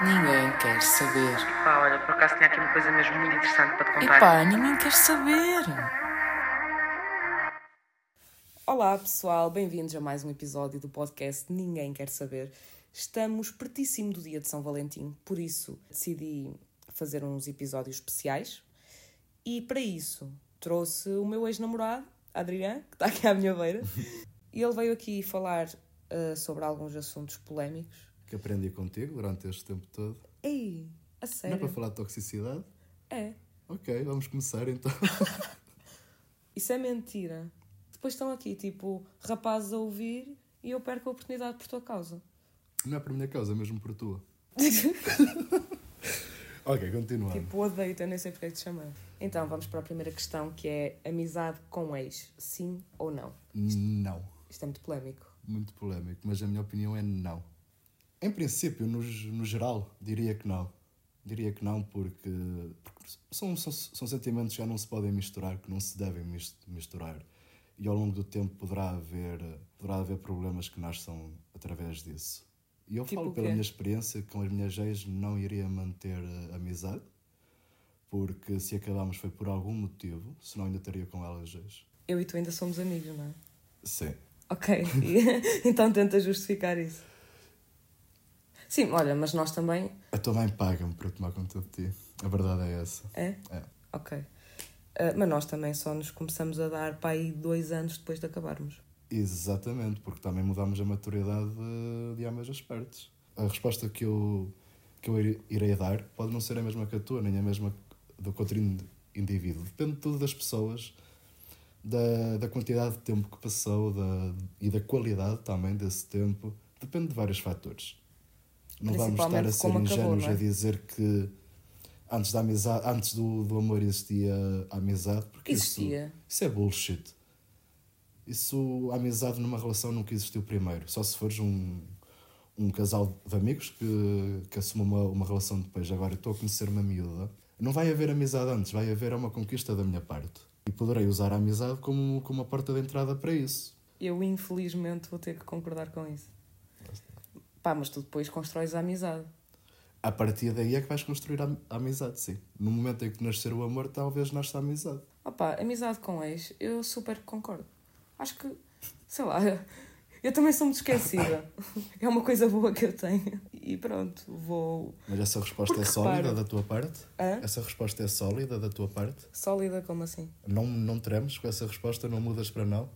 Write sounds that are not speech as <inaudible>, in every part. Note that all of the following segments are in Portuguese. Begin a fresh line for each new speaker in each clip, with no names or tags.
Ninguém quer saber.
Pá, olha, por acaso tinha aqui uma coisa mesmo muito interessante para te contar.
Epá, ninguém quer saber.
Olá pessoal, bem-vindos a mais um episódio do podcast Ninguém Quer Saber. Estamos pertíssimo do dia de São Valentim, por isso decidi fazer uns episódios especiais e para isso trouxe o meu ex-namorado, Adrián, que está aqui à minha beira, e ele veio aqui falar eh, sobre alguns assuntos polémicos.
que aprendi contigo durante este tempo todo.
Ei, a
Não é para
sério?
falar de toxicidade?
É,
Ok, vamos começar então. <laughs>
isso é mentira. Depois estão aqui, tipo, rapazes a ouvir e eu perco a oportunidade por tua causa.
Não é por minha causa, é mesmo por
<laughs>
tua. ok, continuando.
Tipo, odeio-te, eu nem sei porque é que te chamei. Então, vamos para a primeira questão, que é amizade com ex, sim ou não?
Não.
Isto é muito polémico.
Muito polémico, mas a minha opinião é não. Em princípio, no, g- no geral, diria que não. Diria que não, porque, porque são, são, são sentimentos que já não se podem misturar, que não se devem mis- misturar. E ao longo do tempo poderá haver, poderá haver problemas que nasçam através disso. E eu
Tipo o
falo
quê?
pela minha experiência que com as minhas ex não iria manter eh, amizade, porque se acabámos foi por algum motivo, senão ainda estaria com elas ex.
Eu e tu ainda somos amigos, não é?
Sim.
Ok, <laughs> E- então tenta justificar isso. Sim, olha, mas nós também.
A tua mãe Então paga-me para tomar conta de ti. A verdade é essa.
É?
É.
Ok. Ah, mas nós também só nos começamos a dar para aí dois anos depois de acabarmos.
Exatamente, porque também mudámos a maturidade eh, de ambas as partes. A resposta que eu, que eu ire- irei dar pode não ser a mesma que a tua, nem a mesma do que outro ind- indivíduo. Depende tudo das pessoas, da, da quantidade de tempo que passou da, e da qualidade também desse tempo. Depende de vários fatores. Não vamos estar a
Principalmente
ser
como acabou,
ingênuos
não é?
a dizer que antes, da amizade, antes do, do amor existia a amizade, porque isso-
Existia.
isso é bullshit. Isso, a amizade numa relação nunca existiu primeiro. Só se fores um, um casal de amigos que, que assume uma, uma relação depois. Agora, eu estou a conhecer uma miúda. Não vai haver amizade antes, vai haver uma conquista da minha parte. E poderei usar a amizade como, como uma porta de entrada para isso.
Eu, infelizmente, vou ter que concordar com isso. Pá, mas tu depois constróis a amizade.
A partir daí é que vais construir a, a amizade, sim. No momento em que nascer o amor, talvez nasça a amizade.
Opa, amizade com ex, eu super concordo. Acho que, sei lá, <laughs> eu também sou muito esquecida. <laughs> É uma coisa boa que eu tenho. E pronto, vou
Mas essa resposta
Porque
é sólida
repara-
da tua parte?
Hã?
Essa resposta é sólida da tua parte?
sólida como assim.
Não, não tremes com essa resposta, não mudas para não?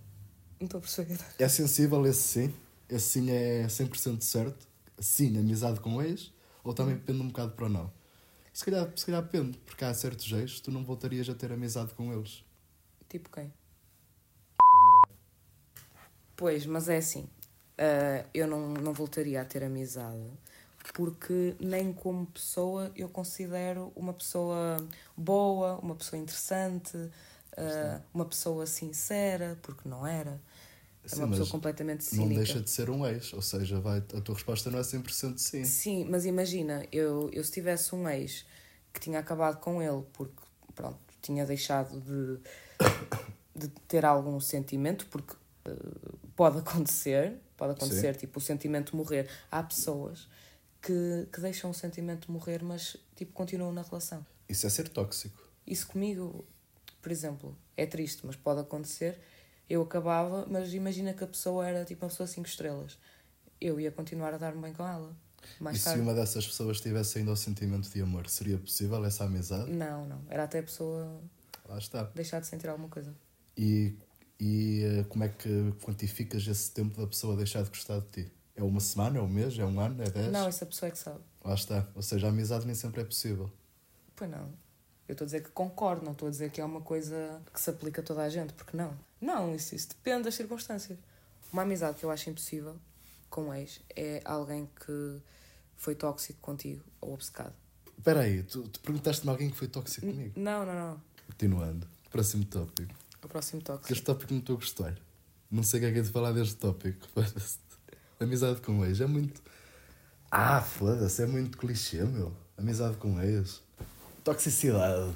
Não estou a perceber.
É sensível esse sim. Esse sim é 100% certo. Sim, amizade com ex. Ou também depende um bocado para o não. Se calhar, se calhar depende, porque há certos ex que tu não voltarias a ter amizade com eles.
Tipo quem? Pois, mas é assim. ah, eu não, não voltaria a ter amizade porque nem como pessoa eu considero uma pessoa boa, uma pessoa interessante, ah, uma pessoa sincera, porque não era. É
Sim,
uma
mas
pessoa completamente cínica.
Não deixa de ser um ex. Ou seja, vai, a tua resposta não é 100% sim.
Sim, mas imagina, eu, eu se tivesse um ex que tinha acabado com ele porque, pronto, tinha deixado de, de ter algum sentimento, porque eh, pode acontecer, pode acontecer, tipo, o sentimento morrer. Há pessoas que, que deixam o sentimento morrer, mas, tipo, continuam na relação.
Isso é ser tóxico.
Isso comigo, por exemplo, é triste, mas pode acontecer. Eu acabava, mas imagina que a pessoa era, tipo, uma pessoa cinco estrelas. Eu ia continuar a dar-me bem com ela. Mais
e se
tarde.
uma dessas pessoas tivesse ainda o sentimento de amor, seria possível essa amizade?
Não, não. Era até a pessoa
Lá está.
deixar de sentir alguma coisa.
E, e eh, como é que quantificas esse tempo da pessoa deixar de gostar de ti? É uma semana? É um mês? É um ano? É dez?
Não, essa pessoa é que sabe.
Lá está. Ou seja, a amizade nem sempre é possível.
Pois não. Eu estou a dizer que concordo, não estou a dizer que é uma coisa que se aplica a toda a gente, porque não. Não, isso, isso depende das circunstâncias. Uma amizade que eu acho impossível com um ex é alguém que foi tóxico contigo ou obcecado.
Espera aí, tu, tu perguntaste-me alguém que foi tóxico comigo.
Não, não, não.
Continuando. Próximo tópico.
O próximo
Porque
tóxico.
este tópico não estou a gostar. Não sei o que é que é de falar deste tópico. <laughs> Foda-se. Amizade com ex é muito. Ah, foda-se, é muito clichê, meu. Amizade com ex. Toxicidade.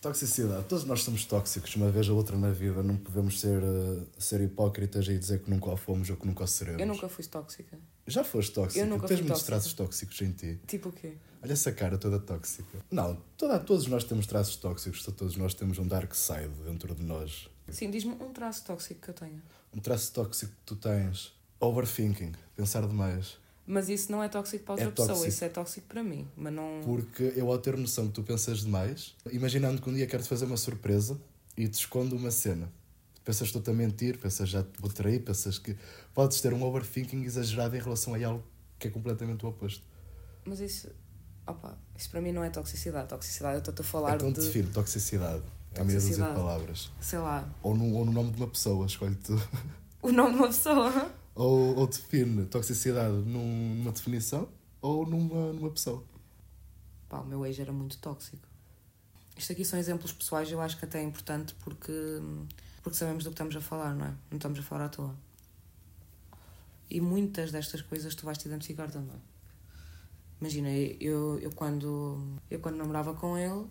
Toxicidade. Todos nós somos tóxicos uma vez ou outra na vida. Não podemos ser, eh, ser hipócritas e dizer que nunca o fomos ou que nunca o seremos.
Eu nunca fui tóxica.
Já foste tóxica?
Eu nunca
Tens
fui
muitos
tóxica.
traços tóxicos em ti.
Tipo o quê?
Olha essa cara toda tóxica. Não, toda, todos nós temos traços tóxicos, todos nós temos um dark side dentro de nós.
Sim, diz-me um traço tóxico que eu tenho.
Um traço tóxico que tu tens, overthinking, pensar demais.
Mas isso não é tóxico para outra
É
pessoa,
tóxico.
isso é tóxico para mim. Mas não.
Porque eu, ao ter noção que tu pensas demais, imaginando que um dia quero-te fazer uma surpresa e te escondo uma cena. Pensas que estou-te a mentir, pensas já te vou trair, pensas que podes ter um overthinking exagerado em relação a algo que é completamente o oposto.
Mas isso. Opa, isso para mim não é toxicidade. Toxicidade, eu estou-te a falar
então
de.
defino toxicidade. É meia dúzia de
Toxicidade.
palavras.
Sei lá.
Ou no, ou no nome de uma pessoa, escolhe tu.
O nome de uma pessoa.
<laughs> ou, ou define toxicidade num- numa definição ou numa, numa pessoa.
Pá, o meu ex era muito tóxico. Isto aqui são exemplos pessoais, eu acho que até é importante porque, porque sabemos do que estamos a falar, não é? Não estamos a falar à toa. E muitas destas coisas tu vais te identificar também. Imagina, eu, eu, quando, eu quando namorava com ele,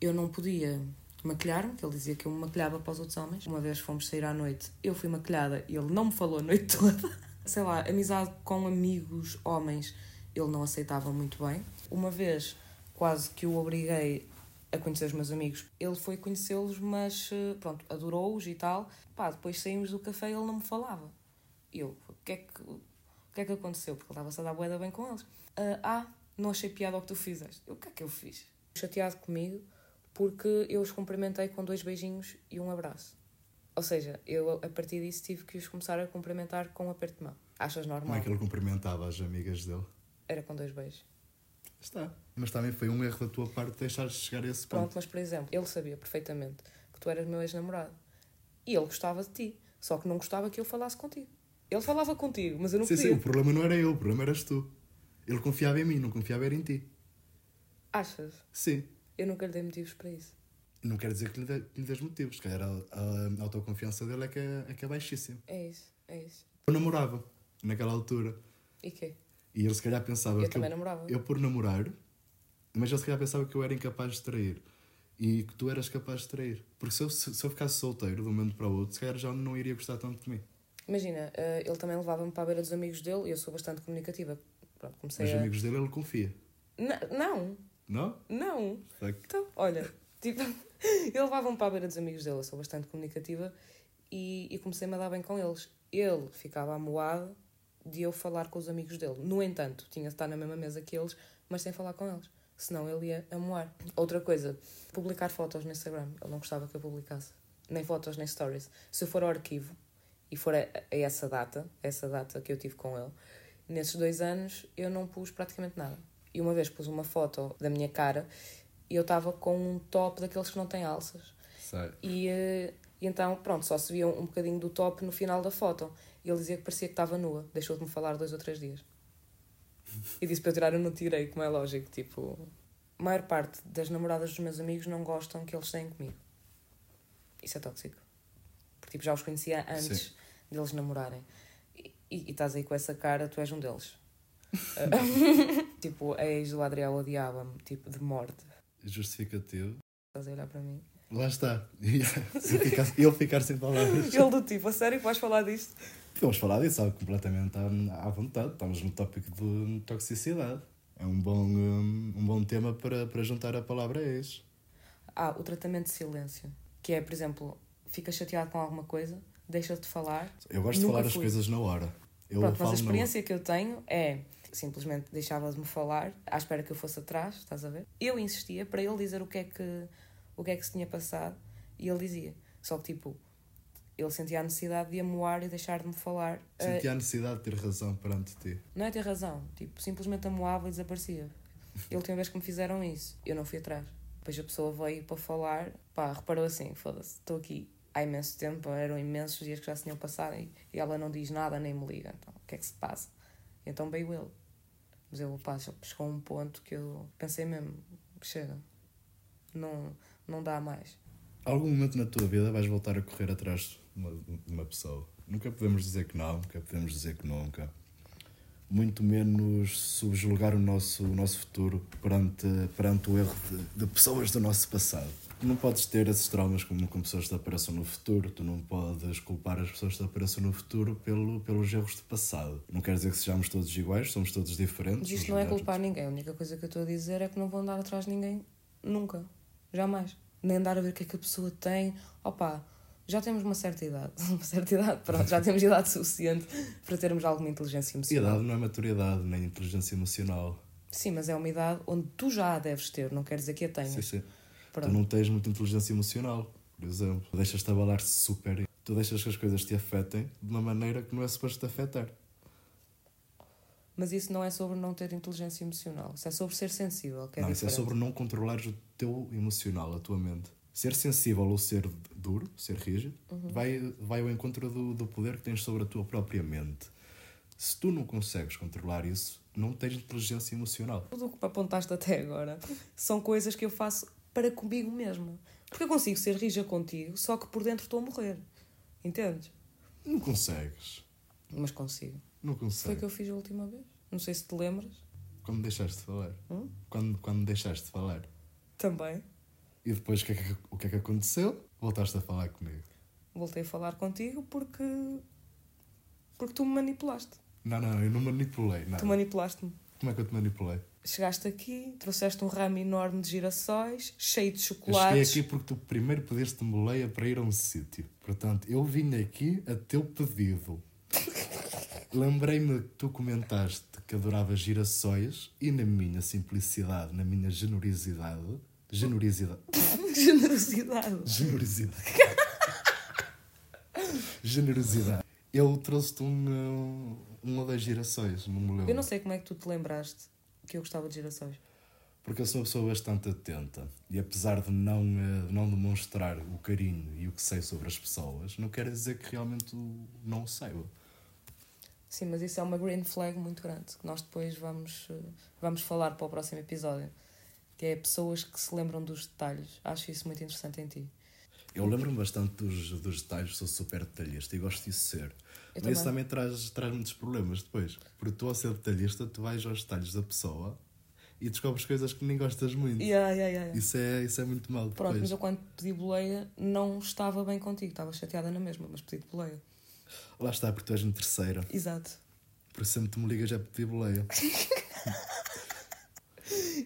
eu não podia maquilhar-me, que ele dizia que eu me maquilhava para os outros homens. Uma vez fomos sair à noite, eu fui maquilhada e ele não me falou a noite <laughs> toda. Sei lá, amizade com amigos homens, ele não aceitava muito bem. Uma vez quase que o obriguei a conhecer os meus amigos. Ele foi conhecê-los, mas eh, pronto, adorou-os e tal. Pá, depois saímos do café e ele não me falava. E eu, o que é que, o que, é que aconteceu? Porque ele estava-se a dar boeda bem com eles. "Ah, ah, não achei piada ao que tu fizeste. Eu, o que é que eu fiz? Chateado comigo porque eu os cumprimentei com dois beijinhos e um abraço. Ou seja, eu a partir disso tive que os começar a cumprimentar com um aperto de mão. Achas
Como
normal?
é que ele cumprimentava as amigas dele?
Era com dois beijos.
Está. Mas também foi um erro da tua parte deixar chegar a esse
Pronto,
ponto.
mas por exemplo, ele sabia perfeitamente que tu eras meu ex-namorado e ele gostava de ti, só que não gostava que eu falasse contigo. Ele falava contigo, mas eu não
sim, sim,
podia.
o problema não era eu, o problema eras tu. Ele confiava em mim, não confiava era em ti.
Achas?
Sim.
Eu nunca lhe dei motivos para isso.
Não quer dizer que lhe, dê- que lhe des motivos, se calhar a, a- a autoconfiança dele é que é, é que é baixíssima.
É isso, é isso.
Eu namorava, naquela altura.
E quê?
E ele se calhar pensava
Eu
que
também
eu,
namorava.
eu por namorar, mas ele se calhar pensava que eu era incapaz de trair e que tu eras capaz de trair. Porque se eu, se, se eu ficasse solteiro de um momento para o outro, se calhar já não iria gostar tanto de mim.
Imagina, eh, ele também levava-me para a beira dos amigos dele e eu sou bastante comunicativa. Pronto, comecei
Mas
a.
amigos dele, ele confia.
Na- Não,
Não?
não.
Será que-
Então, olha, tipo, <laughs> eu levava-me para a beira dos amigos dele, eu sou bastante comunicativa e, e comecei-me a dar bem com eles. Ele ficava amuado de eu falar com os amigos dele. No entanto, tinha de estar na mesma mesa que eles, mas sem falar com eles. Senão ele ia amoar. Outra coisa, publicar fotos no Instagram. Ele não gostava que eu publicasse. Nem fotos, nem stories. Se eu for ao arquivo e for a, a essa data, a essa data que eu tive com ele, nesses dois anos eu não pus praticamente nada. E uma vez pus uma foto da minha cara e eu estava com um top daqueles que não têm alças.
Sai.
E, eh, e então, pronto, só se via um, um bocadinho do top no final da foto. E ele dizia que parecia que estava nua. Deixou de me falar dois ou três dias. E disse para eu tirar, eu não tirei, como é lógico. Tipo, a maior parte das namoradas dos meus amigos não gostam que eles têm comigo. Isso é tóxico. Porque tipo, já os conhecia antes deles namorarem. E, e- e estás aí com essa cara, tu és um deles. Ah, tipo, a ex do Adriel odiava-me, tipo, de morte.
Justificativo.
Estás a olhar para mim.
Lá está. <laughs> Se eu ficasse- ele ficar sem palavras.
Ele do tipo, a sério que vais falar disto?
Podemos falar disso sabe, completamente à, à vontade. Estamos no tópico de toxicidade. É um bom, hum, um bom tema para, para juntar a palavra ex.
Há Ah, o tratamento de silêncio, que é, por exemplo, ficas chateado com alguma coisa, deixa de falar.
Eu gosto de
Nunca
falar as
fui.
coisas na hora. Eu
Pronto,
falo
mas a
na hora.
experiência que eu tenho é simplesmente deixava de me falar, à espera que eu fosse atrás, estás a ver? Eu insistia para ele dizer o que é que, o que, é que se tinha passado e ele dizia. Só que, tipo, ele sentia a necessidade de amoar e deixar de me falar. Eh,
Senti a necessidade de ter razão perante ti.
Não é ter razão. Tipo, simplesmente amoava e desaparecia. E a última vez que me fizeram isso, eu não fui atrás. Depois a pessoa veio para falar, pá, reparou assim, foda-se, estou aqui há imenso tempo, eram imensos dias que já se tinham passado e, e ela não diz nada, nem me liga. Então, o que é que se passa? E então veio ele. Mas eu, pá, já chegou um ponto que eu pensei mesmo, chega, não, não dá mais.
Algum momento na tua vida vais voltar a correr atrás de uma, de uma pessoa. Nunca podemos dizer que não, nunca podemos dizer que nunca. Muito menos subjugar o nosso, o nosso futuro perante, perante o erro de, de pessoas do nosso passado. Porque não podes ter esses traumas como com pessoas que te apareçam no futuro. Tu não podes culpar as pessoas que te apareçam no futuro pelo, pelos erros do passado. Não quer dizer que sejamos todos iguais, somos todos diferentes.
Mas isto
uns
não é
melhores,
culpar ninguém. A única coisa que eu estou a dizer é que não vão andar atrás de ninguém. Nunca. Jamais. Nem andar a ver o que é que a pessoa tem. Opa, já temos uma certa idade. <laughs> Uma certa idade, pronto. Já temos idade suficiente para termos alguma inteligência emocional.
Idade não é maturidade, nem inteligência emocional.
Sim, mas é uma idade onde tu já a deves ter. Não quer dizer que a tenhas.
Sim, sim.
Pronto.
Tu não tens muita inteligência emocional, por exemplo. Tu deixas-te abalar super. Tu deixas que as coisas te afetem de uma maneira que não é suposto te afetar.
Mas isso não é sobre não ter inteligência emocional. Isso é sobre ser sensível. Que é
não, isso é
diferente.
sobre não controlares o teu emocional, a tua mente. Ser sensível ou ser duro, ser rígido,
Uhum.
vai, vai ao encontro do, do poder que tens sobre a tua própria mente. Se tu não consegues controlar isso, não tens inteligência emocional.
Tudo o que apontaste até agora são coisas que eu faço para comigo mesma. Porque eu consigo ser rija contigo, só que por dentro estou a morrer. Entendes?
Não consegues.
Mas consigo.
Não
Foi o
consegues.
que eu fiz a última vez. Não sei se te lembras.
Quando me deixaste de falar.
Hum?
Quando, quando me deixaste de falar.
Também.
E depois o que, é que, o que é que aconteceu? Voltaste a falar comigo.
Voltei a falar contigo porque. Porque tu me manipulaste.
Não, não, eu não manipulei nada.
Tu manipulaste-me.
Como é que eu te manipulei?
Chegaste aqui, trouxeste um ramo enorme de girassóis, cheio de
Eu
chocolates.
cheguei aqui porque tu primeiro pediste boleia para ir a um sítio. Portanto, eu vim aqui a
<laughs>
teu pedido. Lembrei-me que tu comentaste que adoravas girassóis e na minha simplicidade, na minha generosidade, generosidade,
<laughs> Generosidade. <laughs>
generosidade, generosidade, eu trouxe-te um, uh, um ou dois girassóis, não me lembro.
Eu não sei como é que tu te lembraste que eu gostava de girassóis.
Porque eu sou uma pessoa bastante atenta e apesar de não, eh, não demonstrar o carinho e o que sei sobre as pessoas, não quer dizer que realmente o- não o saiba.
Sim, mas isso é uma green flag muito grande, que nós depois vamos, eh, vamos falar para o próximo episódio. Que é pessoas que se lembram dos detalhes. Acho isso muito interessante em ti.
Hum. Eu lembro-me bastante dos, dos detalhes, sou super detalhista e gosto disso ser. Mas
também.
isso também traz, traz muitos problemas depois. Porque tu, ao ser detalhista, tu vais aos detalhes da pessoa e descobres coisas que nem gostas muito.
Yeah, yeah, yeah, yeah.
Isso, é, isso é muito mal
é. Pronto,
depois.
mas eu quando pedi boleia não estava bem contigo, estava chateada na mesma, mas pedi boleia.
Lá está, porque tu és um terceira.
Exato.
Porque sempre te me ligas já
<laughs>
pedir boleia.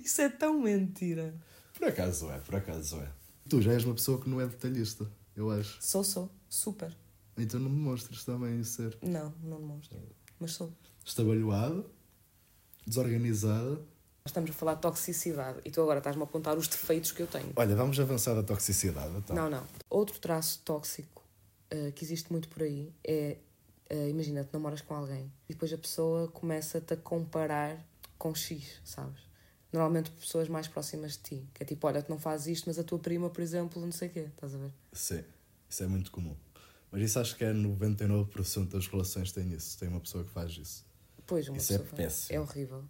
Isso é tão mentira.
Por acaso é, por acaso é. Tu já és uma pessoa que não é detalhista, eu acho.
Sou, sou. Super.
Então não demonstras também isso ser
Não, não demonstro. Mas sou.
estabalhoada, desorganizada.
Nós estamos a falar de toxicidade e tu agora estás-me a apontar os defeitos que eu tenho.
Olha, vamos avançar da toxicidade, então.
Não, não. Outro traço tóxico eh, que existe muito por aí é, eh, imagina, tu namoras com alguém e depois a pessoa começa-te a comparar com X, sabes? Normalmente pessoas mais próximas de ti. Que é tipo, olha, tu não fazes isto, mas a tua prima, por exemplo, não sei o quê. Estás a ver?
Sim, isso é muito comum. Mas isso acho que é 99% das relações têm isso. Tem uma pessoa que faz isso.
Pois, uma
Isso é
pessoa faz-
péssimo.
É horrível.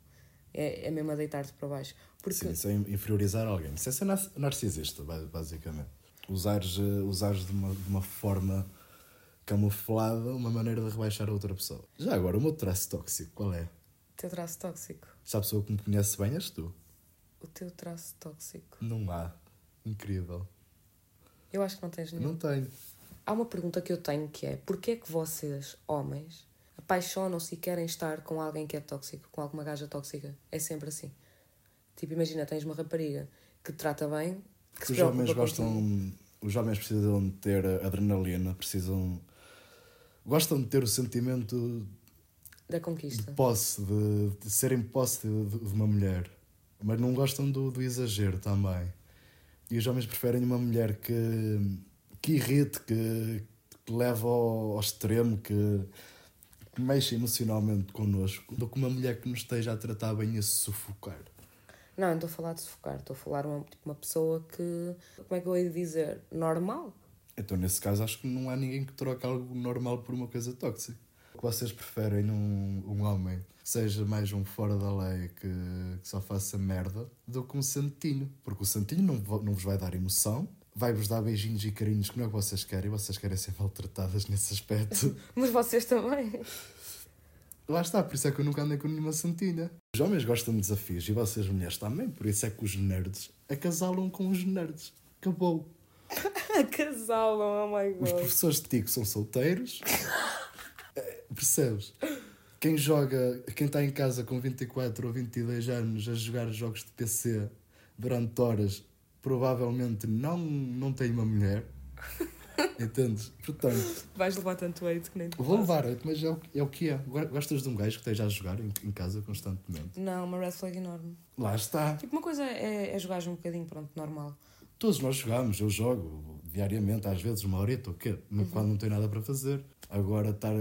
É, é mesmo a deitar-te para baixo. Porque
Sim, isso é inferiorizar alguém. Isso é ser nar- narcisista, ba- basicamente. Usares, eh, usares de, uma, de uma forma camuflada uma maneira de rebaixar a outra pessoa. Já agora, o meu traço tóxico, qual é?
o teu traço tóxico.
Se a pessoa que me conhece bem és tu.
O teu traço tóxico.
Não há. Incrível.
Eu acho que não tens nenhum.
Não tenho.
Há uma pergunta que eu tenho que é: porquê é que vocês, homens, apaixonam-se e querem estar com alguém que é tóxico, com alguma gaja tóxica? É sempre assim. Tipo, imagina, tens uma rapariga que te trata bem, que se
Os homens
preocupa contigo.
gostam. Os homens precisam de ter adrenalina, precisam. Gostam de ter o sentimento
da
de
conquista.
posse, de, de serem posse de, de uma mulher. Mas não gostam do, do exagero também. E os homens preferem uma mulher que, que irrite, que, que leva ao, ao extremo, que, que mexa emocionalmente connosco, do que uma mulher que nos esteja a tratar bem e a sufocar.
Não, não estou a falar de sufocar, estou a falar uma, tipo, uma pessoa que, como é que eu hei de dizer? Normal.
Então, nesse caso, acho que não há ninguém que troque algo normal por uma coisa tóxica. O que Vocês preferem um, um homem que seja mais um fora da lei que, que só faça merda do que um santinho. Porque o santinho não, vo- não vos vai dar emoção, vai-vos dar beijinhos e carinhos que não é o que vocês querem, vocês querem ser maltratadas nesse aspecto.
Mas vocês também.
Lá está, por isso é que eu nunca andei com nenhuma santinha. Os homens gostam de desafios e vocês mulheres também, por isso é que os nerds acasalam com os nerds. Acabou.
Casalam, oh my
Os
god.
professores de tico são solteiros. Eh, Percebes? Quem joga, quem está em casa com 24 ou 22 anos a jogar jogos de PC durante horas, provavelmente não, não tem uma mulher. Entendes? Portanto,
Vais levar tanto hate que nem te
vou levar, mas é o, é o que é. Go- Gostas de um gajo que esteja a jogar em, em casa constantemente?
Não, uma red flag enorme.
Lá está.
Tipo, uma coisa é, é jogares um bocadinho, pronto, normal.
Todos nós jogamos, eu jogo diariamente, às vezes uma horita, o quê? Mas Quando não tenho nada para fazer. Agora estar,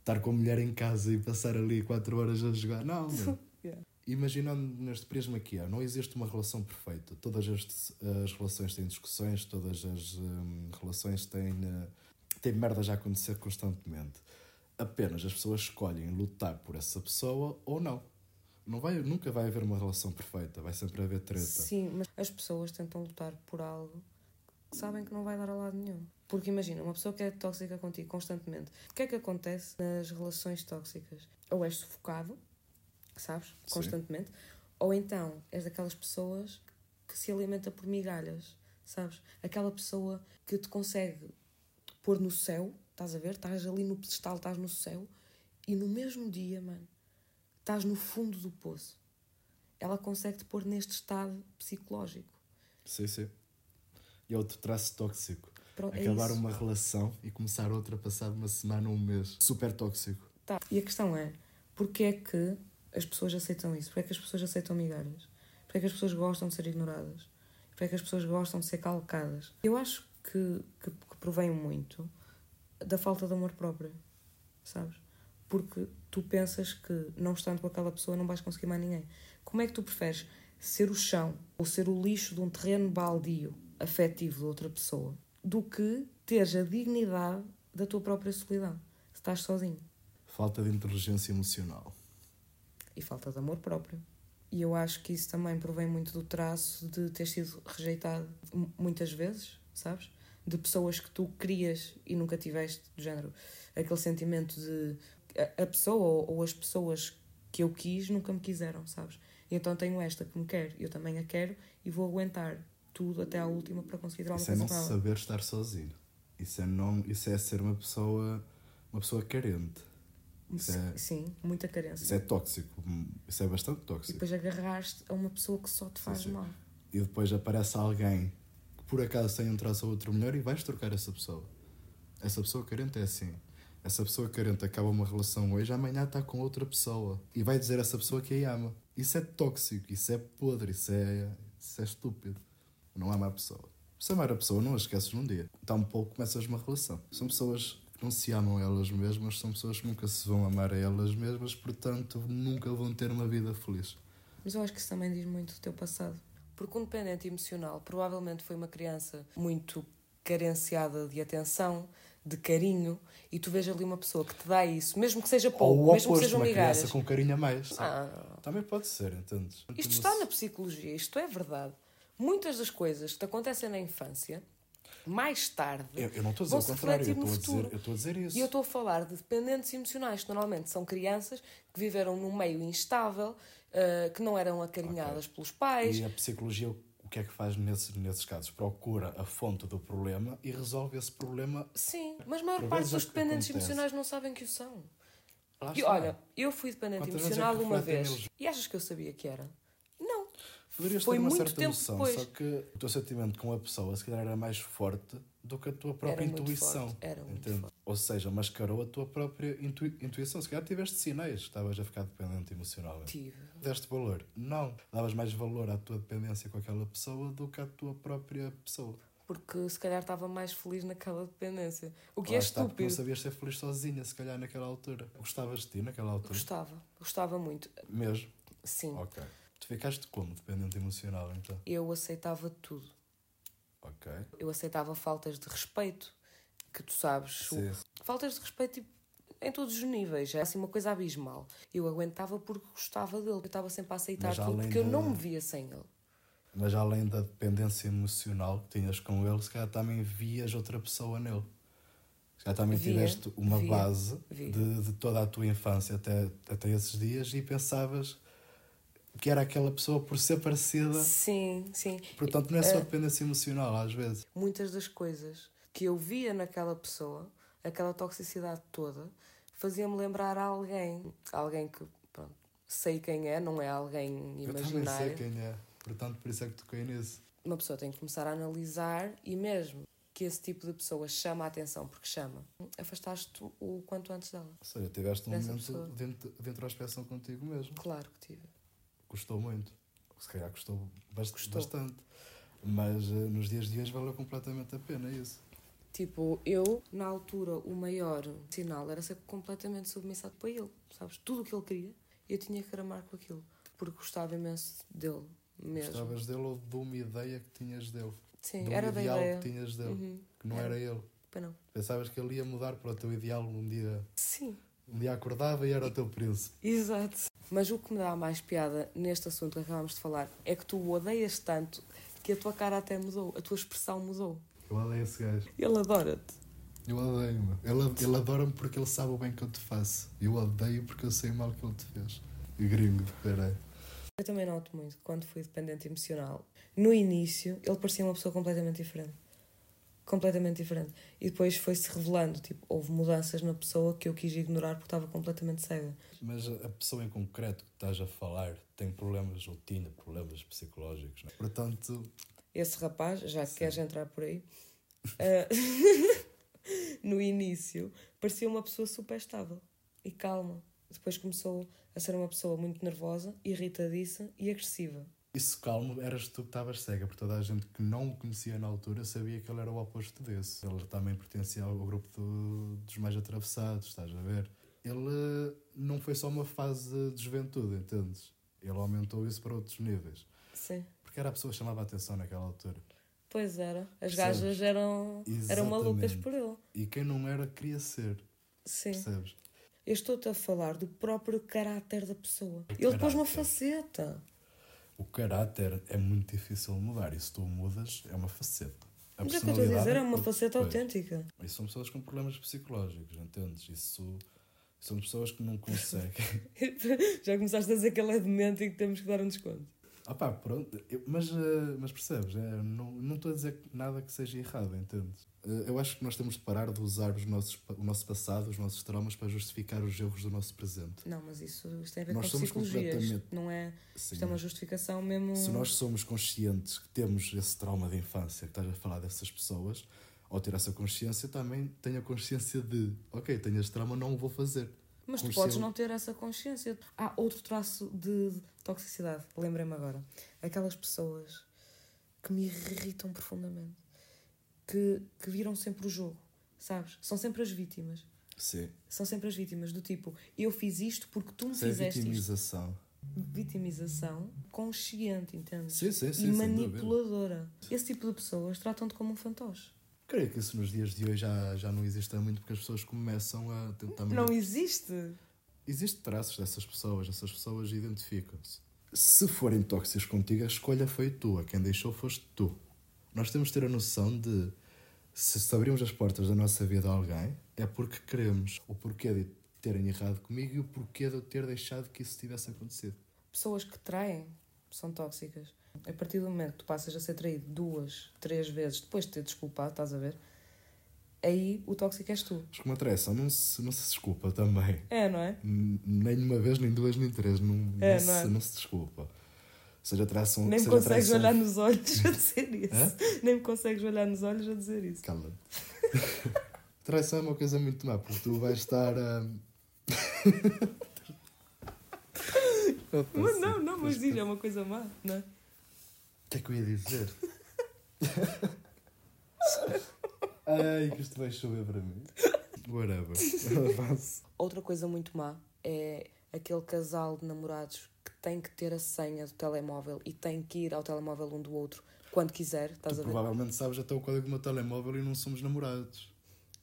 estar com a mulher em casa e passar ali 4 horas a jogar, não. meu.
Yeah.
Imaginando neste prisma que é, não existe uma relação perfeita. Todas as, as relações têm discussões, todas as hum, relações têm, eh, têm merdas a acontecer constantemente. Apenas as pessoas escolhem lutar por essa pessoa ou não. não vai, nunca vai haver uma relação perfeita, vai sempre haver treta.
Sim, mas as pessoas tentam lutar por algo que sabem que não vai dar a lado nenhum. Porque imagina, uma pessoa que é tóxica contigo constantemente, o que é que acontece nas relações tóxicas? Ou és sufocado, sabes? Constantemente. Ou então és daquelas pessoas que se alimenta por migalhas, sabes? Aquela pessoa que te consegue pôr no céu, estás a ver? Estás ali no pedestal, estás no céu, e no mesmo dia, mano, estás no fundo do poço. Ela consegue te pôr neste estado psicológico.
Sim, sim. E é outro traço tóxico.
Pronto, é
Acabar
isso.
uma relação e começar outra passado uma semana ou um mês. Super tóxico.
Tá. E a questão é, porquê é que as pessoas aceitam isso? Porquê é que as pessoas aceitam migalhas? Porquê é que as pessoas gostam de ser ignoradas? Porquê é que as pessoas gostam de ser calcadas? Eu acho que, que, que provém muito da falta de amor próprio, sabes? Porque tu pensas que não estando com aquela pessoa não vais conseguir mais ninguém. Como é que tu preferes ser o chão ou ser o lixo de um terreno baldio afetivo de outra pessoa do que teres a dignidade da tua própria solidão, se estás sozinho?
Falta de inteligência emocional.
e falta de amor próprio. E eu acho que isso também provém muito do traço de ter sido rejeitado mu- muitas vezes, sabes? De pessoas que tu querias e nunca tiveste, do género. Aquele sentimento de a, a pessoa ou, ou as pessoas que eu quis nunca me quiseram, sabes? E então tenho esta que me quer, eu também a quero e vou aguentar tudo até à última para conseguir dar uma
Isso é
coisa
não
com ela.
saber estar sozinho. Isso é, não, isso é ser uma pessoa, uma pessoa carente. Isso é,
Sim, muita carência.
isso é tóxico. Isso é bastante
E
tóxico.
depois agarraste a uma pessoa que só te faz
sim.
mal.
E depois aparece alguém que por acaso tem um traço ou outro melhor e vais trocar essa pessoa. Essa pessoa carente é assim. Essa pessoa carente acaba uma relação hoje, amanhã está com outra pessoa. E vai dizer a essa pessoa que a ama. Isso é tóxico, isso é podre, isso é, isso é estúpido. Não ama a pessoa. Se amar a pessoa, não a esqueces num dia. Tampouco começas uma relação. São pessoas que não se amam a elas mesmas, são pessoas que nunca se vão amar a elas mesmas, portanto nunca vão ter uma vida feliz.
Mas eu acho que isso também diz muito do teu passado. Porque um dependente emocional provavelmente foi uma criança muito carenciada de atenção, de carinho, e tu vês ali uma pessoa que te dá isso, mesmo que seja pouco,
Ou o
mesmo que
oposto,
sejam
uma
migalhas.
criança com um carinho a mais. sabe?
Ah.
Também pode ser, entendes?
Isto está na psicologia, isto é verdade. Muitas das coisas que te acontecem na infância, mais tarde,
Eu, eu não estou a dizer o
vão-se
contrário,
refletir
eu estou a
no futuro.
dizer, eu estou a dizer isso.
E eu estou a falar de dependentes emocionais, que normalmente são crianças que viveram num meio instável, ah, que não eram acarinhadas pelos pais,
E a psicologia, o que é que faz nesses, nesses casos? Procura a fonte do problema e resolve esse problema.
Sim, mas a maior
Por
parte
vezes
dos
é que
dependentes
acontece.
emocionais não sabem que o são.
Lá
E
está.
olha, eu fui dependente
Quantas vezes é
emocional
que
uma
refletem
vez.
neles?
E achas que eu sabia que era? Não.
Poderias
foi
ter uma
muito
certa
tempo
noção,
depois.
só que o teu sentimento com a pessoa se calhar era mais forte do que a tua própria
Era muito
intuição.
forte, era muito
entende?
forte.
Ou seja, mascarou a tua própria intu- intuição. Se calhar tiveste sinais, que estavas a ficar dependente emocionalmente.
Tive.
Deste valor? Não. Davas mais valor à tua dependência com aquela pessoa do que à tua própria pessoa.
Porque se calhar estava mais feliz naquela dependência. O que
Lá
é
está,
estúpido.
porque Não sabias ser feliz sozinha, se calhar, naquela altura. Gostavas de ti naquela altura?
Gostava. Gostava muito.
Mesmo?
Sim.
Ok. Tu ficaste como dependente emocional, então?
Eu aceitava tudo.
Ok.
Eu aceitava faltas de respeito. Que tu sabes. o-
Sim.
Faltas de respeito tipo, em todos os níveis. É assim uma coisa abismal. Eu aguentava porque gostava dele. Eu estava sempre a aceitar
Mas
tudo
além
porque eu
de-
não me via sem ele.
Mas além da dependência emocional que tinhas com ele, se calhar também vias outra pessoa nele. Se calhar também
Via,
tiveste uma
via,
base
via.
De, de toda a tua infância até, até esses dias e pensavas que era aquela pessoa por ser parecida.
Sim, Eh, sim.
Portanto, não é só dependência emocional, às vezes.
Muitas das coisas que eu via naquela pessoa, aquela toxicidade toda, fazia-me lembrar a alguém. Alguém que, pronto, sei quem é, não é alguém
Eu também sei
imaginário.
quem é. Portanto, por isso é que toquei nisso.
Uma pessoa tem que começar a analisar e mesmo que esse tipo de pessoa chama a atenção, porque chama, afastaste-te o quanto antes dela.
Ou seja, tiveste um
Dessa
momento
pessoa.
dentro, dentro da expressão contigo mesmo.
Claro que tive.
Custou muito. Se calhar custou, bast bastante. Mas eh, nos dias de hoje valeu completamente a pena isso.
Tipo, eu, na altura, o maior sinal era ser completamente submissado para ele, sabes? Tudo o que ele queria, eu tinha que aramar com aquilo, porque gostava imenso dele mesmo.
Gostavas dele ou de uma ideia que tinhas dele.
Sim,
de um
era da
ideal
ideia.
que tinhas dele.
Uhum.
Que não era ele.
Pois não.
Pensavas que ele ia mudar para o teu ideal um dia.
Sim,
Um dia acordava e era o teu príncipe.
exato. Mas o que me dá mais piada neste assunto que acabámos de falar é que tu o odeias tanto que a tua cara até mudou, a tua expressão mudou.
Eu odeio esse gajo.
Ele adora-te.
Eu odeio-me. Ele, ele adora-me porque ele sabe o bem que eu te faço. Eu odeio porque eu sei o mal que ele te fez. E gringo de peraí.
Eu também noto muito quando fui dependente emocional. No início, ele parecia uma pessoa completamente diferente. Completamente diferente. E depois foi-se revelando, tipo, houve mudanças na pessoa que eu quis ignorar porque estava completamente cega.
Mas a a pessoa em concreto que estás a falar tem problemas ou tinha problemas psicológicos. não é? Portanto,
Esse rapaz, já que queres entrar por aí, ah, <laughs> no início, parecia uma pessoa super estável e calma. Depois começou a ser uma pessoa muito nervosa, irritadiça e agressiva.
isso calmo, eras tu que estavas cega, porque toda a gente que não o conhecia na altura sabia que ele era o oposto desse. Ele também pertencia ao grupo do- dos mais atravessados, estás a ver? Ele eh, não foi só uma fase de juventude, entendes? Ele aumentou isso para outros níveis.
Sim.
Porque era a pessoa que chamava a atenção naquela altura.
Pois era. As
Percebes?
gajas eram, eram
Exatamente.
malucas por ele.
E quem não era queria ser,
Sim.
percebes?
Eu estou-te a falar do próprio caráter da pessoa. Ele pôs uma faceta.
O caráter é muito difícil de mudar e se tu o mudas é uma faceta. A
Mas é o que eu estou a dizer, é uma
outra
faceta
coisa.
autêntica. <laughs>
Isso são pessoas com problemas psicológicos, entendes? Isso são pessoas que
<laughs>
não conseguem.
Já começaste a dizer que ele é demente e que temos que dar um desconto.
ah pá, pronto, eu- mas, eh, mas percebes? é, não não estou a dizer nada que seja errado, entendes? Eh, eu acho que nós temos de parar de usar os nossos, pa- o nosso passado, os nossos traumas, para justificar os erros do nosso presente.
Não, mas isso, isto tem a ver
Nós
com
somos
psicologia. Isto
completamente-
não é.
Sim.
Isto é uma justificação mesmo.
Se nós somos conscientes que temos esse trauma de infância, que estás a falar dessas pessoas, ao ter essa consciência, também tenho a consciência de, ok, tenho este trauma, não o vou fazer.
Mas tu
Conscien-
podes não ter essa consciência. Há outro traço de toxicidade, lembrei-me agora. Aquelas pessoas que me irritam profundamente, que, que viram sempre o jogo, sabes? São sempre as vítimas.
Sim.
São sempre as vítimas, do tipo, eu fiz isto porque tu me
Isso é
fizeste isto.
vitimização.
Vitimização consciente, entende?
Sim, sim, sim,
E
sem
manipuladora. Esse tipo de pessoas tratam-te como um fantoche.
Creio que isso nos dias de hoje já, já não existe há muito porque as pessoas começam a tentar.
Não
manip-
existe.
Existem traços dessas pessoas, essas pessoas identificam-se. Se forem tóxicos contigo, a escolha foi tua, quem deixou foste tu. Nós temos de ter a noção de se, se abrimos as portas da nossa vida a alguém, é porque queremos. O porquê de terem errado comigo e o porquê de eu ter deixado que isso tivesse acontecido.
pessoas que traem são tóxicas. A partir do momento que tu passas a ser traído duas, três vezes, depois de ter desculpado, estás a ver? Aí o tóxico és tu.
Mas como a traição não se, não se desculpa também.
É, não é?
N- nem uma vez, nem duas, nem três. Não,
É,
não,
não é?
se, não se desculpa. Seja tração.
Nem me
seja
consegues
traição-
olhar
<laughs>
nos olhos a dizer isso. Nem me consegues olhar nos olhos a dizer isso.
Cala-te. <laughs> traição é uma coisa muito má, porque tu vais estar a.
Mas não, não, mas diz, é uma coisa má, não é?
O que é que eu ia dizer? <laughs> Ai, que isto vai chover para mim. Whatever. Avanço.
Outra coisa muito má é aquele casal de namorados que tem que ter a senha do telemóvel e tem que ir ao telemóvel um do outro quando quiser, estás a ver?
Provavelmente sabes até o código do meu telemóvel e não somos namorados.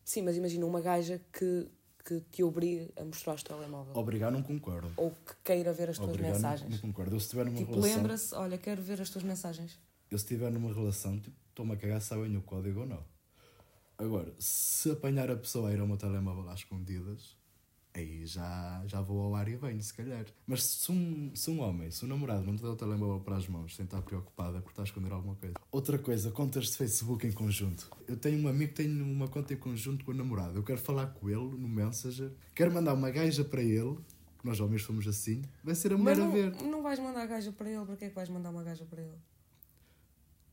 Sim, mas imagina uma gaja que, que te obriga a mostrar o telemóvel.
Obrigar não concordo.
Oh. Ou que queira ver as tuas
Obrigar não,
mensagens.
não concordo. Eu se tiver numa
tipo,
relação.
lembra-se, olha, quero ver as tuas mensagens.
eu se estiver numa relação, tipo, estou-me a cagar se sabem o código ou não. Agora, se apanhar a pessoa a ir ao meu telemóvel às escondidas, aí já, já vou ao ar e venho, se calhar. Mas se um, se um homem, se um namorado não te dá o telemóvel para as mãos sem estar preocupada porque está a esconder alguma coisa. Outra coisa, contas de Facebook em conjunto. Eu tenho um amigo que tem uma conta em conjunto com o namorado. Eu quero falar com ele no Messenger, quero mandar uma gaja para ele, que nós homens somos assim, vai ser a
Mas
mulher a
não,
ver.
não vais mandar a gaja para ele, para que é que vais mandar uma gaja para ele?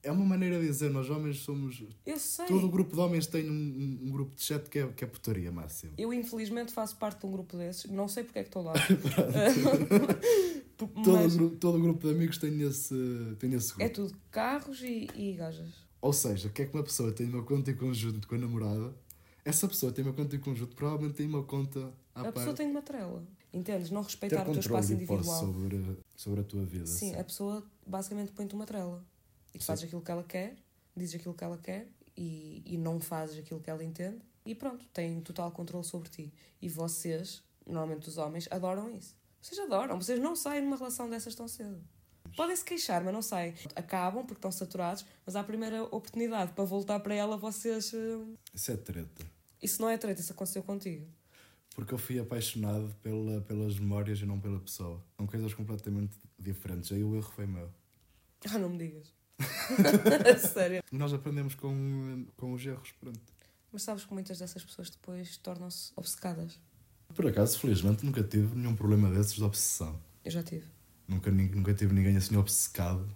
É uma maneira de dizer, nós homens somos.
Eu sei.
Todo o grupo de homens tem um, um- um grupo de chat que é, que é putaria máxima.
Eu infelizmente faço parte de um grupo desses, não sei porque é que estou
<laughs>
lá. <laughs>
Todo,
Mas
o gru- todo o grupo de amigos tem esse, tem esse grupo.
é tudo carros e, e gajas.
Ou seja, quer que uma pessoa tenha uma conta em conjunto com a namorada, essa pessoa tem uma conta em conjunto, provavelmente tem uma conta à
a
parte.
pessoa tem de uma trela. Entendes? Não
Ah, ter
respeitar o teu
controle
espaço
e posse
individual.
sobre, sobre a tua vida.
Sim, é-
assim.
a pessoa basicamente põe-te uma trela. E tu
Sim.
fazes aquilo que ela quer, dizes aquilo que ela quer e, e não fazes aquilo que ela entende. E pronto, tem total controle sobre ti. E vocês, normalmente os homens, adoram isso. Vocês adoram, vocês não saem numa relação dessas tão cedo. Podem se queixar, mas não saem. Acabam porque estão saturados, mas à primeira oportunidade para voltar para ela, vocês. eh,
Isso é treta.
Isso não é treta, isso aconteceu contigo.
Porque eu fui apaixonado pela, pelas memórias e não pela pessoa. São coisas completamente diferentes. Aí o erro foi meu.
<laughs> Ah, não me digas. Sério.
Nós aprendemos com, com os erros, pronto.
Mas sabes que muitas dessas pessoas depois tornam-se obcecadas.
Por acaso, felizmente, nunca tive nenhum problema desses de obsessão.
Eu já tive.
Nunca, nin- nunca tive ninguém assim obcecado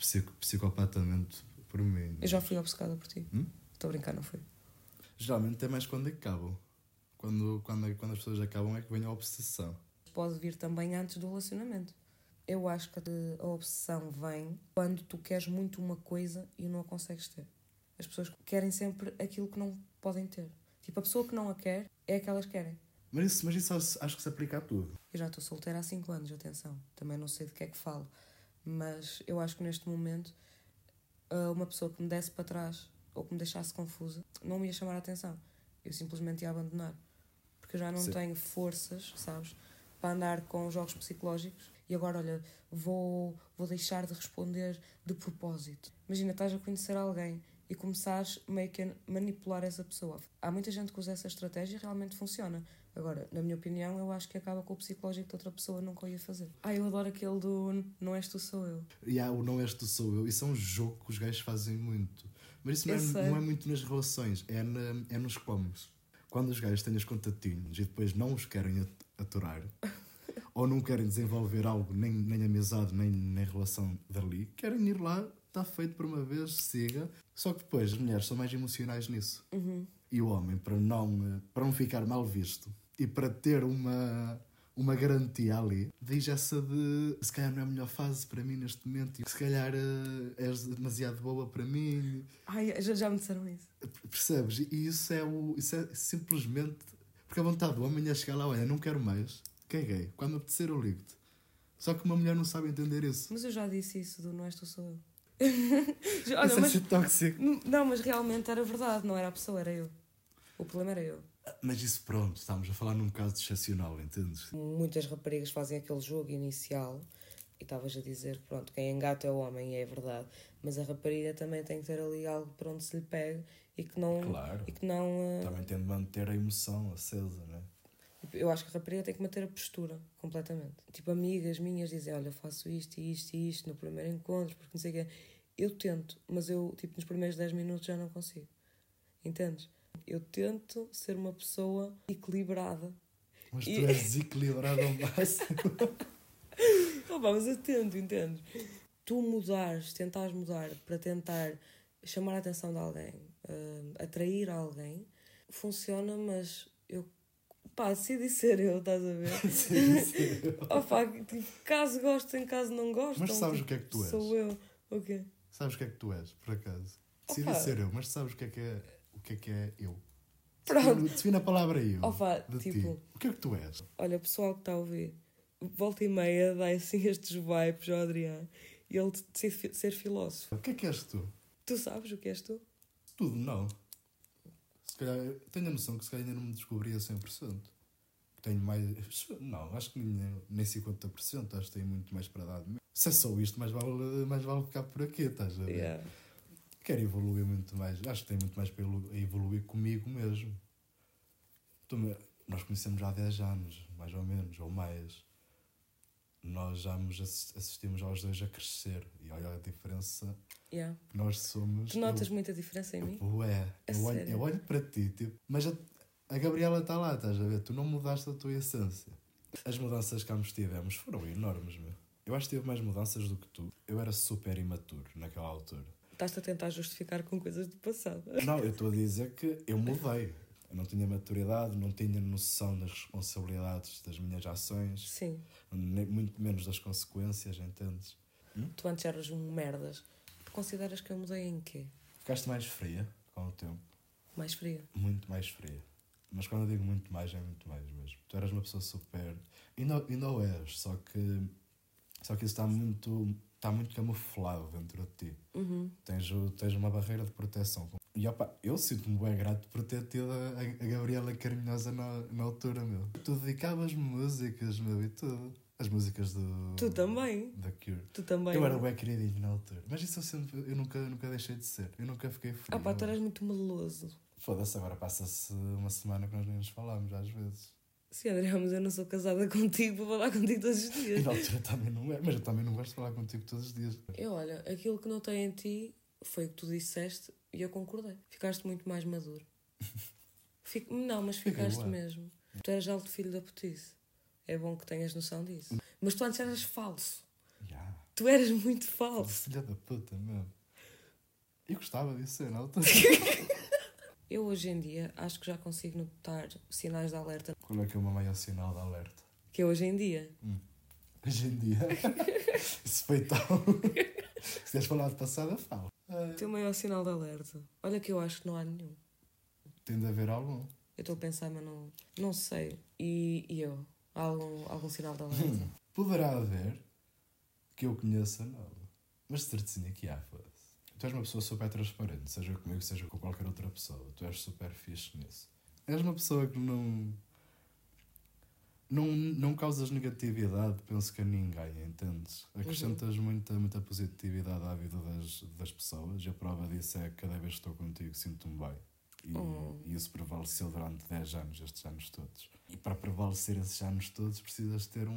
psico, psicopatamente por mim.
Eu já fui obcecada por ti. Estou a brincar, não fui.
Geralmente é mais quando acabam. Quando, quando, quando as pessoas acabam é que vem a obsessão.
Pode vir também antes do relacionamento. Eu acho que a- a obsessão vem quando tu queres muito uma coisa e não a consegues ter. As pessoas querem sempre aquilo que não podem ter. Tipo, a pessoa que não a quer é a que elas querem.
Mas isso, mas isso acho- acho que se aplica a tudo.
Eu já estou solteira há 5 anos, atenção. Também não sei de que é que falo. Mas eu acho que neste momento, ah, uma pessoa que me desse para trás ou que me deixasse confusa não me ia chamar a atenção. Eu simplesmente ia abandonar. Porque eu já não
Sim.
tenho forças, sabes? Para andar com jogos psicológicos. E agora, olha, vou, vou deixar de responder de propósito. Imagina, estás a conhecer alguém e começares meio que a manipular essa pessoa. Há muita gente que usa essa estratégia e realmente funciona. Agora, na minha opinião, eu acho que acaba com o psicológico que outra pessoa nunca o ia fazer. Ah, eu adoro aquele do não és tu, sou eu.
E há o não és tu sou eu. Isso é um jogo que os gajos fazem muito. Mas isso não,
Eu sei.
é, não é muito nas relações, é, na- é nos comos. Quando os gajos têm os contatinhos e depois não os querem at- aturar, ou não querem desenvolver algo, nem, nem amizade, nem, nem relação dali, querem ir lá, está feito por uma vez, siga. Só que depois as mulheres são mais emocionais nisso. E o homem, para não, eh, para não ficar mal visto e para ter uma, uma garantia ali, diz essa de se calhar não é a melhor fase para mim neste momento, e se calhar eh, és demasiado boa para mim.
Ai, já, já me disseram isso.
Percebes? E isso é, o, isso é simplesmente. Porque a vontade do homem é chegar lá, olha, não quero mais, caguei, quando me apetecer eu ligo-te. Só que uma mulher não sabe entender isso.
Mas eu já disse isso do não és tu, sou eu. Já- Olha,
isso
mas
é ser tóxico.
N- Não, mas realmente era verdade, não era a pessoa, era eu. O problema era eu.
Mas isso pronto, estamos a falar num caso excepcional, entendes?
Muitas raparigas fazem aquele jogo inicial e estavas a dizer, pronto, quem engata é o homem e é verdade, mas a rapariga também tem que ter ali algo para onde se lhe pegue e que não.
Claro.
E que não. eh,
Também tem de manter a emoção acesa, né?
Eu acho que a rapariga tem que manter a postura completamente. Tipo, amigas minhas dizem: Olha, eu faço isto e isto e isto no primeiro encontro, porque não sei o quê. Eu tento, mas eu, tipo, nos primeiros 10 minutos já não consigo. Entendes? Eu tento ser uma pessoa equilibrada.
Mas tu
E-
és desequilibrado ao máximo. <laughs>
Oh, pá, mas eu tento, entendes? Tu mudares, tentares mudar para tentar chamar a atenção de alguém, hum, atrair alguém, funciona, mas eu. Pá, se disser eu, estás a
<laughs>
ver? Oh, pá, tipo, caso gostem, caso não gostem.
Mas sabes
tipo,
o que é que tu és?
Sou eu. O quê?
sabes o que é que tu és, por acaso? Decidi
Opa.
ser eu, mas sabes o que é que é, o que é, que é eu?
Pronto.
Define na palavra eu.
Opa,
de
tipo-
ti. O que é que tu és?
Olha, pessoal que está a ouvir, volta e meia dá assim estes vibes ao Adriano e ele de ser, fi- ser filósofo.
O que é que és tu?
Tu sabes o que és tu?
Tudo não. Se calhar, eu tenho a noção que se calhar ainda não me descobri a 100%. Tenho mais. Não, acho que nem, nem 50%, acho que tenho muito mais para dar. de mim. Se é só isto, mais vale, mais vale ficar por aqui, estás a ver?
Yeah.
Quero evoluir muito mais. Acho que tem muito mais para evolu- a evoluir comigo mesmo. Estou-me- Então, nós conhecemos há 10 anos, mais ou menos, ou mais. Nós já nos assis- assistimos aos dois a crescer. E olha a diferença
Yeah.
que nós somos.
Tu notas
Eu-
muita diferença em mim?
Ué,
A
eu olho,
sério?
eu olho para ti, tipo, mas a, a Gabriela está lá, estás a ver? Tu não mudaste a tua essência. As mudanças que ambos tivemos foram enormes, meu. Eu acho que tive mais mudanças do que tu. Eu era super imaturo naquela altura.
Estás-te a tentar justificar com coisas do passado.
Não, eu estou a dizer que eu mudei. Eu não tinha maturidade, não tinha noção das responsabilidades das minhas ações,
Sim.
nem, muito menos das consequências, entendes?
Tu antes eras um merdas. Tu consideras que eu mudei em quê?
Ficaste mais fria com o tempo.
Mais fria.
muito mais fria. Mas quando eu digo muito mais, é muito mais mesmo. Tu eras uma pessoa super. Ainda, ainda o és, só que. Só que isso está muito. Está muito camuflado dentro de ti.
Uhum.
Tens, o- tens uma barreira de proteção. E opa, eu sinto-me bem grato por ter tido a, a Gabriela Carinhosa na, na altura, meu. Tu dedicavas músicas, meu, e tudo. As músicas do.
Tu também.
Da Cure.
Tu também.
Eu era um
não?
bem queridinho na altura. Mas isso eu sempre. Eu nunca, nunca deixei de ser. Eu nunca fiquei frio.
Ah pá, tu eras muito meloso.
Foda-se, agora passa-se uma semana que nós nem nos falamos, às vezes.
Sim, André Ramos, eu não sou casada <laughs> contigo para falar contigo todos os
E
dias.
na altura também não é, mas eu também não gosto de falar contigo todos os dias.
Eu, olha, aquilo que notei em ti foi o que tu disseste e eu concordei. Ficaste muito mais
<laughs>
maduro. Fic- Não, mas
Fiquei,
ficaste
ué.
mesmo. Tu eras alto filho da putice. É bom que tenhas noção disso. Mas tu antes eras falso.
Ya,
Tu eras muito falso.
filha da puta, mesmo. Eu gostava disso, ser, na altura.
Eu hoje em dia acho que já consigo notar sinais de alerta.
Qual é que é o meu maior sinal de alerta?
Que é hoje em dia.
Hoje em dia. Isso foi tão. <laughs> Se quiseres falar de passada, fala.
O teu maior sinal de alerta. Olha que eu acho que não há nenhum.
Tem de haver algum.
Eu estou a pensar, mas não, não sei. E, e eu? Há algum, algum sinal de
Hum.
alerta?
Poderá haver que eu conheça nada. Mas de certezinha que há, foda-se. Tu és uma pessoa super transparente, seja comigo, seja com qualquer outra pessoa. Tu és super fixe nisso. És uma pessoa que não. Não, não causas negatividade, penso que a ninguém, entendes? Acrescentas muita, muita positividade à vida das, das pessoas e a prova disso é que cada vez que estou contigo sinto-me bem. E,
Hum.
e isso prevaleceu durante 10 anos, estes anos todos. E para prevalecer esses anos todos precisas ter um,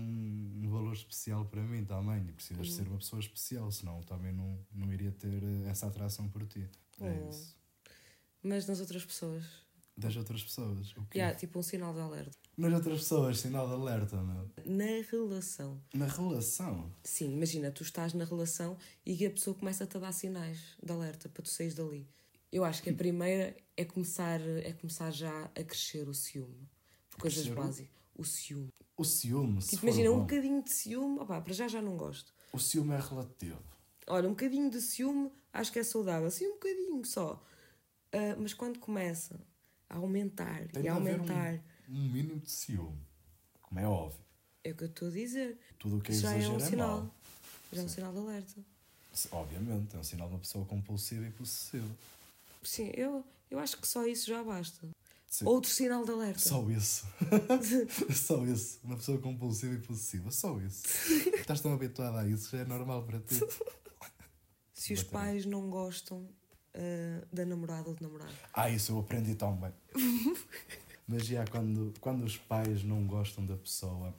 um valor especial para mim também e precisas
Hum.
ser uma pessoa especial, senão eu também não, não iria ter eh, essa atração por ti. É
Hum.
isso.
mas nas outras pessoas.
Das outras pessoas. O
E
quê?
há tipo um sinal de alerta.
Nas outras pessoas, sinal de alerta, meu.
Na relação.
Na relação.
Sim, imagina, tu estás na relação e a pessoa começa-te a dar sinais de alerta para tu saís dali. Eu acho
Hum.
que a primeira é começar, é começar já a crescer o ciúme. Por coisas
Crescer o-
básicas. O ciúme.
O ciúme, se
Tipo,
for
imagina, um
bom.
bocadinho de ciúme. Opá, para já já não gosto.
O ciúme é relativo.
Olha, um bocadinho de ciúme acho que é saudável, assim um bocadinho só. Ah, mas quando começa a aumentar
Tem
e
de
a
haver
aumentar,
Um, um mínimo de ciúme. Como é óbvio.
é o que eu estou a dizer.
Tudo o que é
Isso já é
exagero
um
é,
sinal.
mau.
Já é um sinal de alerta.
Se- Obviamente, é um sinal de uma pessoa compulsiva e possessiva.
Sim, eu, eu acho que só isso já basta.
Sim.
Outro sinal de alerta.
Só isso. <laughs> só isso. Uma pessoa compulsiva e possessiva. Só isso. Estás tão habituada a isso, já é normal para ti.
Se os
Exatamente.
pais não gostam ah, da namorada ou do namorado.
Ah, isso eu aprendi tão bem. Mas já quando, quando os pais não gostam da pessoa,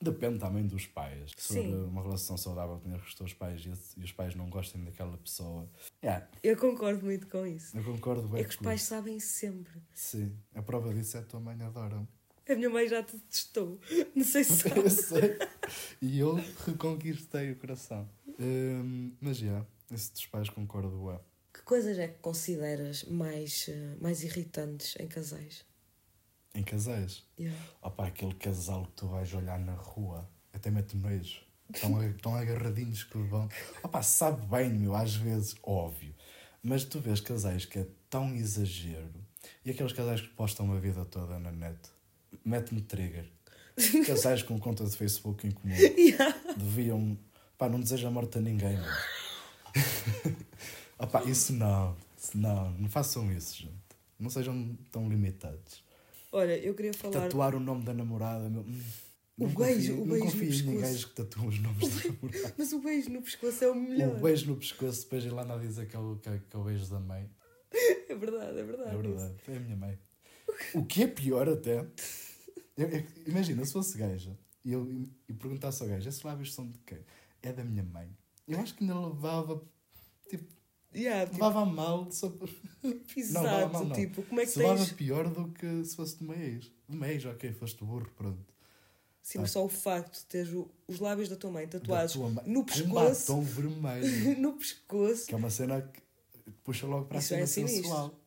depende também dos pais. Se for
Sim.
uma relação saudável que tenhas com os teus pais e, esse- e os pais não gostem daquela pessoa, é,
Eu concordo muito com isso.
eu concordo bem
É que os
com
pais
isso.
sabem sempre.
Sim, a prova disso é que a tua mãe adora.
A minha mãe já te testou. Não sei se
<laughs>
sabe.
Eu sei. E eu reconquistei o coração. Hum, mas já, esse dos pais concordo, é.
Que coisas é que consideras mais, eh, mais irritantes em
<laughs>
casais?
Em casais.
Yeah.
Opa, aquele casal que tu vais olhar na rua, até mete nojo. Estão, a- estão agarradinhos que vão. Opa, sabe bem, meu, às vezes, óbvio. Mas tu vês casais que é tão exagero e aqueles casais que postam a vida toda na net. Mete-me trigger. Casais com conta de Facebook em comum. Deviam. Pá, não deseja a morte a ninguém, meu. <laughs> Opa, isso não. Isso não. Não façam isso, gente. Não sejam tão limitados.
Olha, eu queria falar.
Tatuar o nome da namorada, meu. hum.
O
Não
beijo,
confio-
o
não
beijo no
confio em
pescoço.
gajo que tatuam os nomes da
<laughs>
namorada.
Mas o beijo no pescoço é o melhor.
O beijo no pescoço, depois ir lá nada dizer que é, o, que, é, que é o beijo da mãe.
É verdade, é verdade.
É verdade, é a minha mãe. O que é pior até Eu- eu- imagina, se fosse gaja e eu e perguntasse ao gajo, esses lábios são de quem? É da minha mãe. Eu acho que ainda levava, tipo,
Yeah, tipo,
levava a mal. Só... por-
exato,
levava a mal,
tipo, como é que
se levava
tens.
pior do que se fosse de uma ex. De uma ex, ok, foste burro, pronto.
Sim, mas só o facto de teres o- os lábios da tua mãe tatuados
Ah. Da tua mãe.
no pescoço.
Um batom
<laughs>
vermelho.
no pescoço.
que é uma cena que puxa logo para
Isso
a
é
cena
sinistro.
sensual.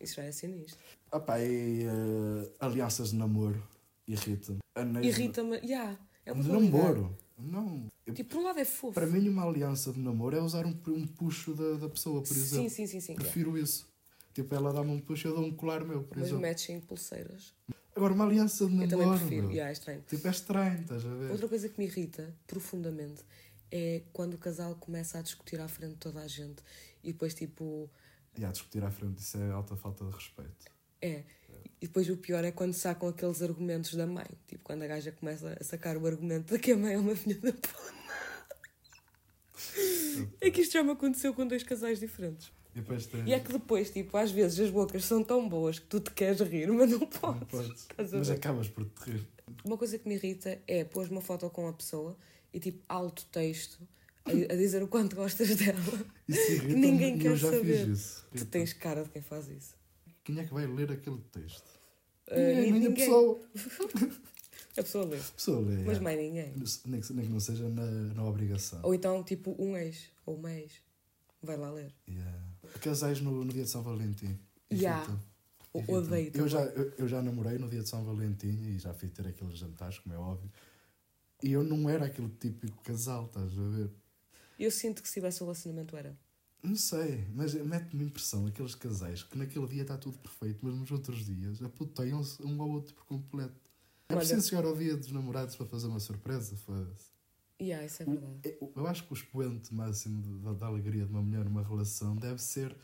Isso já é sinistro.
Opa, e eh, alianças de namoro irrita-me. Anéis de-
Irrita-me. Yeah, é uma
De
qualidade.
namoro. Não. Eu-
Tipo, por um lado é fofo.
Para mim, uma aliança de namoro é usar um, um puxo da, da pessoa, por exemplo.
sim, é. sim, sim, sim. yeah.
Prefiro isso. Tipo, ela dá-me um puxo, eu dou um colar meu, por
Mas
exemplo.
matching pulseiras.
Agora, uma aliança de
Eu
namoro.
também prefiro.
meu.
Yeah, é estranho.
Tipo, é estranho, estás a ver?
Outra coisa que me irrita profundamente é quando o casal começa a discutir à frente de toda a gente e depois, tipo,
E a discutir à frente, isso é alta falta de respeito.
é. E depois o pior é quando sacam aqueles argumentos da mãe. Tipo, quando a gaja começa a sacar o argumento de que a mãe é uma filha da puta. É que isto já me aconteceu com dois casais diferentes.
E depois tens...
E é que depois, tipo, às vezes as bocas são tão boas que tu te queres rir, mas não podes.
Não podes.
<laughs> Estás a
um, Mas é
ver?
acabas por te rir.
Uma coisa que me irrita é pôr uma foto com a pessoa e tipo alto texto a, a dizer o quanto gostas dela.
<laughs> Isso
Que
irrita-me
ninguém
e
quer
eu já
saber.
fiz isso. Tipo,
Tu tens cara de quem faz isso.
Quem é que vai ler aquele texto?
Ah, ni-
ninguém, nem é, a
ninguém.
pessoa.
A pessoa lê.
A pessoa lê.
Mas
é.
mais ninguém.
Nem que, nem que não seja na, na obrigação.
Ou então tipo um ex ou uma ex. Vai lá ler.
Yeah. eh, Casais no, no dia de São Valentim.
Yeah.
Irrita-me.
O-
Irrita-me.
odeio
Eu
também.
já, eu, eu já namorei no dia de São Valentim e já fui ter aqueles jantares, como é óbvio. E eu não era aquele típico casal, estás a ver?
Eu sinto que se tivesse um relacionamento era.
Não sei, mas mete-me impressão aqueles casais que naquele dia está tudo perfeito, mas nos outros dias apoteiam-se um ao outro por completo. É
Olha-
preciso chegar ao dia dos namorados para fazer uma surpresa, foda-se.
Yeah, isso é verdade.
É, Eu acho que o expoente máximo da, da alegria de uma mulher numa relação deve ser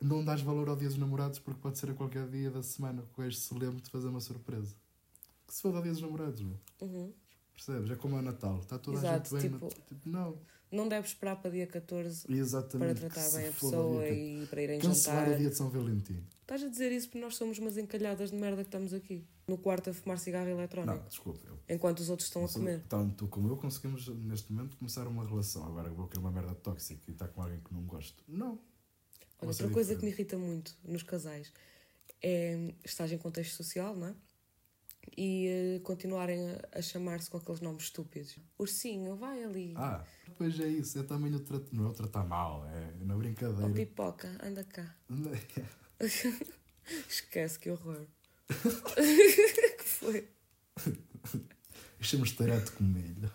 não dares valor ao dia dos namorados porque pode ser a qualquer dia da semana que o gajo se lembre de fazer uma surpresa. Que se foda ao dia dos namorados, meu.
Uhum.
Percebes? É como ao Natal. Está toda
Exato,
a gente bem.
tipo-
na- Tipo, não.
Não deves esperar para dia 14 para
Exatamente.
tratar
que se
bem a
foda o
pessoa
dia que-
e para irem
Cancelar o
jantar.
dia de São Valentim.
Estás a dizer isso porque nós somos umas encalhadas de merda que estamos aqui. No quarto a fumar cigarro eletrónico.
Não, desculpa. Eu,
Enquanto os outros estão a comer.
tanto tu como eu conseguimos, neste momento, começar uma relação. Agora vou querer uma merda tóxica e estar com alguém que não gosto. Não.
Olha,
Ou
outra
seja,
coisa que me
diferente.
irrita muito nos casais é estás em contexto social, não é? E eh, continuarem a, a chamar-se com aqueles nomes estúpidos. Ursinho, vai ali.
Ah, depois é isso. É também o tratar. Não é o tratar mal, é na
Ó
brincadeira.
pipoca, anda cá. <laughs>
<laughs>
Esquece, que horror. que foi?
Deixamos tarete com milho.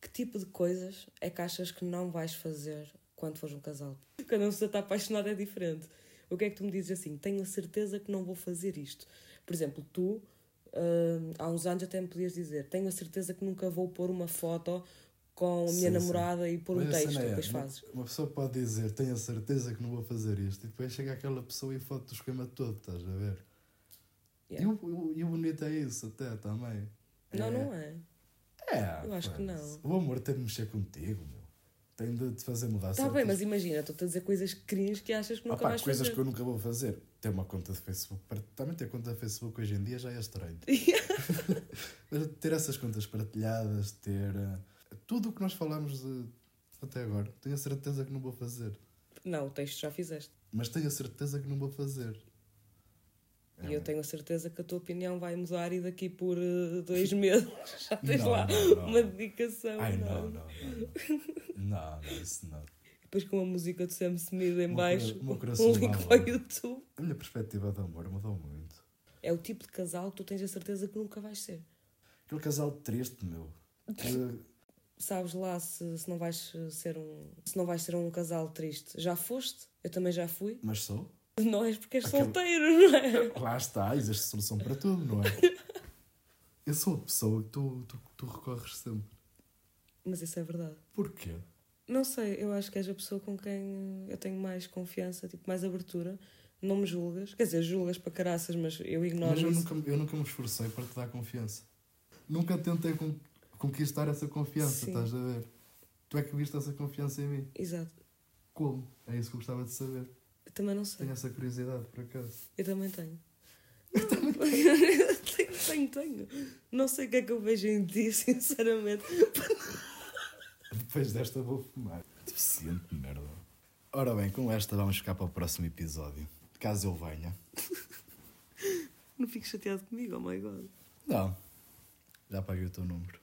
Que tipo de coisas é que achas que não vais fazer quando fores um casal? Quando uma pessoa está apaixonada é diferente. O que é que tu me dizes assim? Tenho a certeza que não vou fazer isto. Por exemplo, tu, hum, há uns anos até me podias dizer: Tenho a certeza que nunca vou pôr uma foto com a minha
Sim, sim.
namorada e pôr um
Mas a
texto.
cena é,
depois
uma-
fazes.
Uma pessoa pode dizer, tenho a certeza que não vou fazer isto, e depois chega aquela pessoa e foto do esquema todo, estás a ver?
Yeah.
E, o, o- e o bonito é isso, até também.
Não, não é.
É,
Eu acho que
foda-se. O amor tem de mexer contigo, meu. Tem de te fazer mudar
Está Tá bem, mas imagina, estou-te a dizer coisas cringe que achas que nunca
é Opa,
vais
coisas
fazer.
que eu nunca vou fazer. Ter uma conta de Facebook. Também ter conta de Facebook hoje em dia já
<laughs>
é estranho. Mas ter essas contas partilhadas, ter eh, tudo o que nós falámos eh, até agora, tenho a certeza que não vou fazer.
Não, o texto já fizeste.
Mas tenho a certeza que não vou fazer.
E
É.
eu tenho a certeza que a tua opinião vai mudar e daqui por eh,
<laughs>
dois meses já tens
Não,
lá
não, não.
uma dedicação.
Ai, não,
enorme.
não, não. Não, não, não isso não.
Depois com a música do Sam Smith em
Uma
baixo,
cura- uma cura
um link
saudável.
para o YouTube.
A minha perspectiva de amor mudou muito.
É o tipo de casal que tu tens a certeza que nunca vais ser.
Aquele casal triste, meu.
<laughs>
que-
Sabes lá se, se não vais ser um se não vais ser um casal triste. Já foste? Eu também já fui. <laughs>
Mas sou?
Não és porque és
Aquele-
solteiro, não é?
Lá está, existe solução para tudo, não é? Eu sou a pessoa que tu, tu, tu recorres sempre.
Mas isso é verdade.
Porquê?
Não sei, eu acho que és a pessoa com quem eu tenho mais confiança, tipo, mais abertura. Não me julgas. Quer dizer, julgas para caraças, mas eu ignoro
Mas eu
isso.
nunca, eu nunca me esforcei para te dar confiança. Nunca tentei con- conquistar essa confiança,
Sim.
estás a ver? Tu é que viste essa confiança em mim.
Exato.
Como? É isso que eu gostava de saber.
Eu também não sei.
Tenho essa curiosidade, por acaso.
Eu também tenho. <laughs> tenho, tenho, tenho. Não sei o que é que eu vejo em ti, <laughs> sinceramente.
Depois desta vou fumar. Deficiente de merda. Ora bem, com esta vamos ficar para o próximo episódio. Caso eu venha.
Não fico chateado comigo, oh my god.
Não. Já paguei o teu número.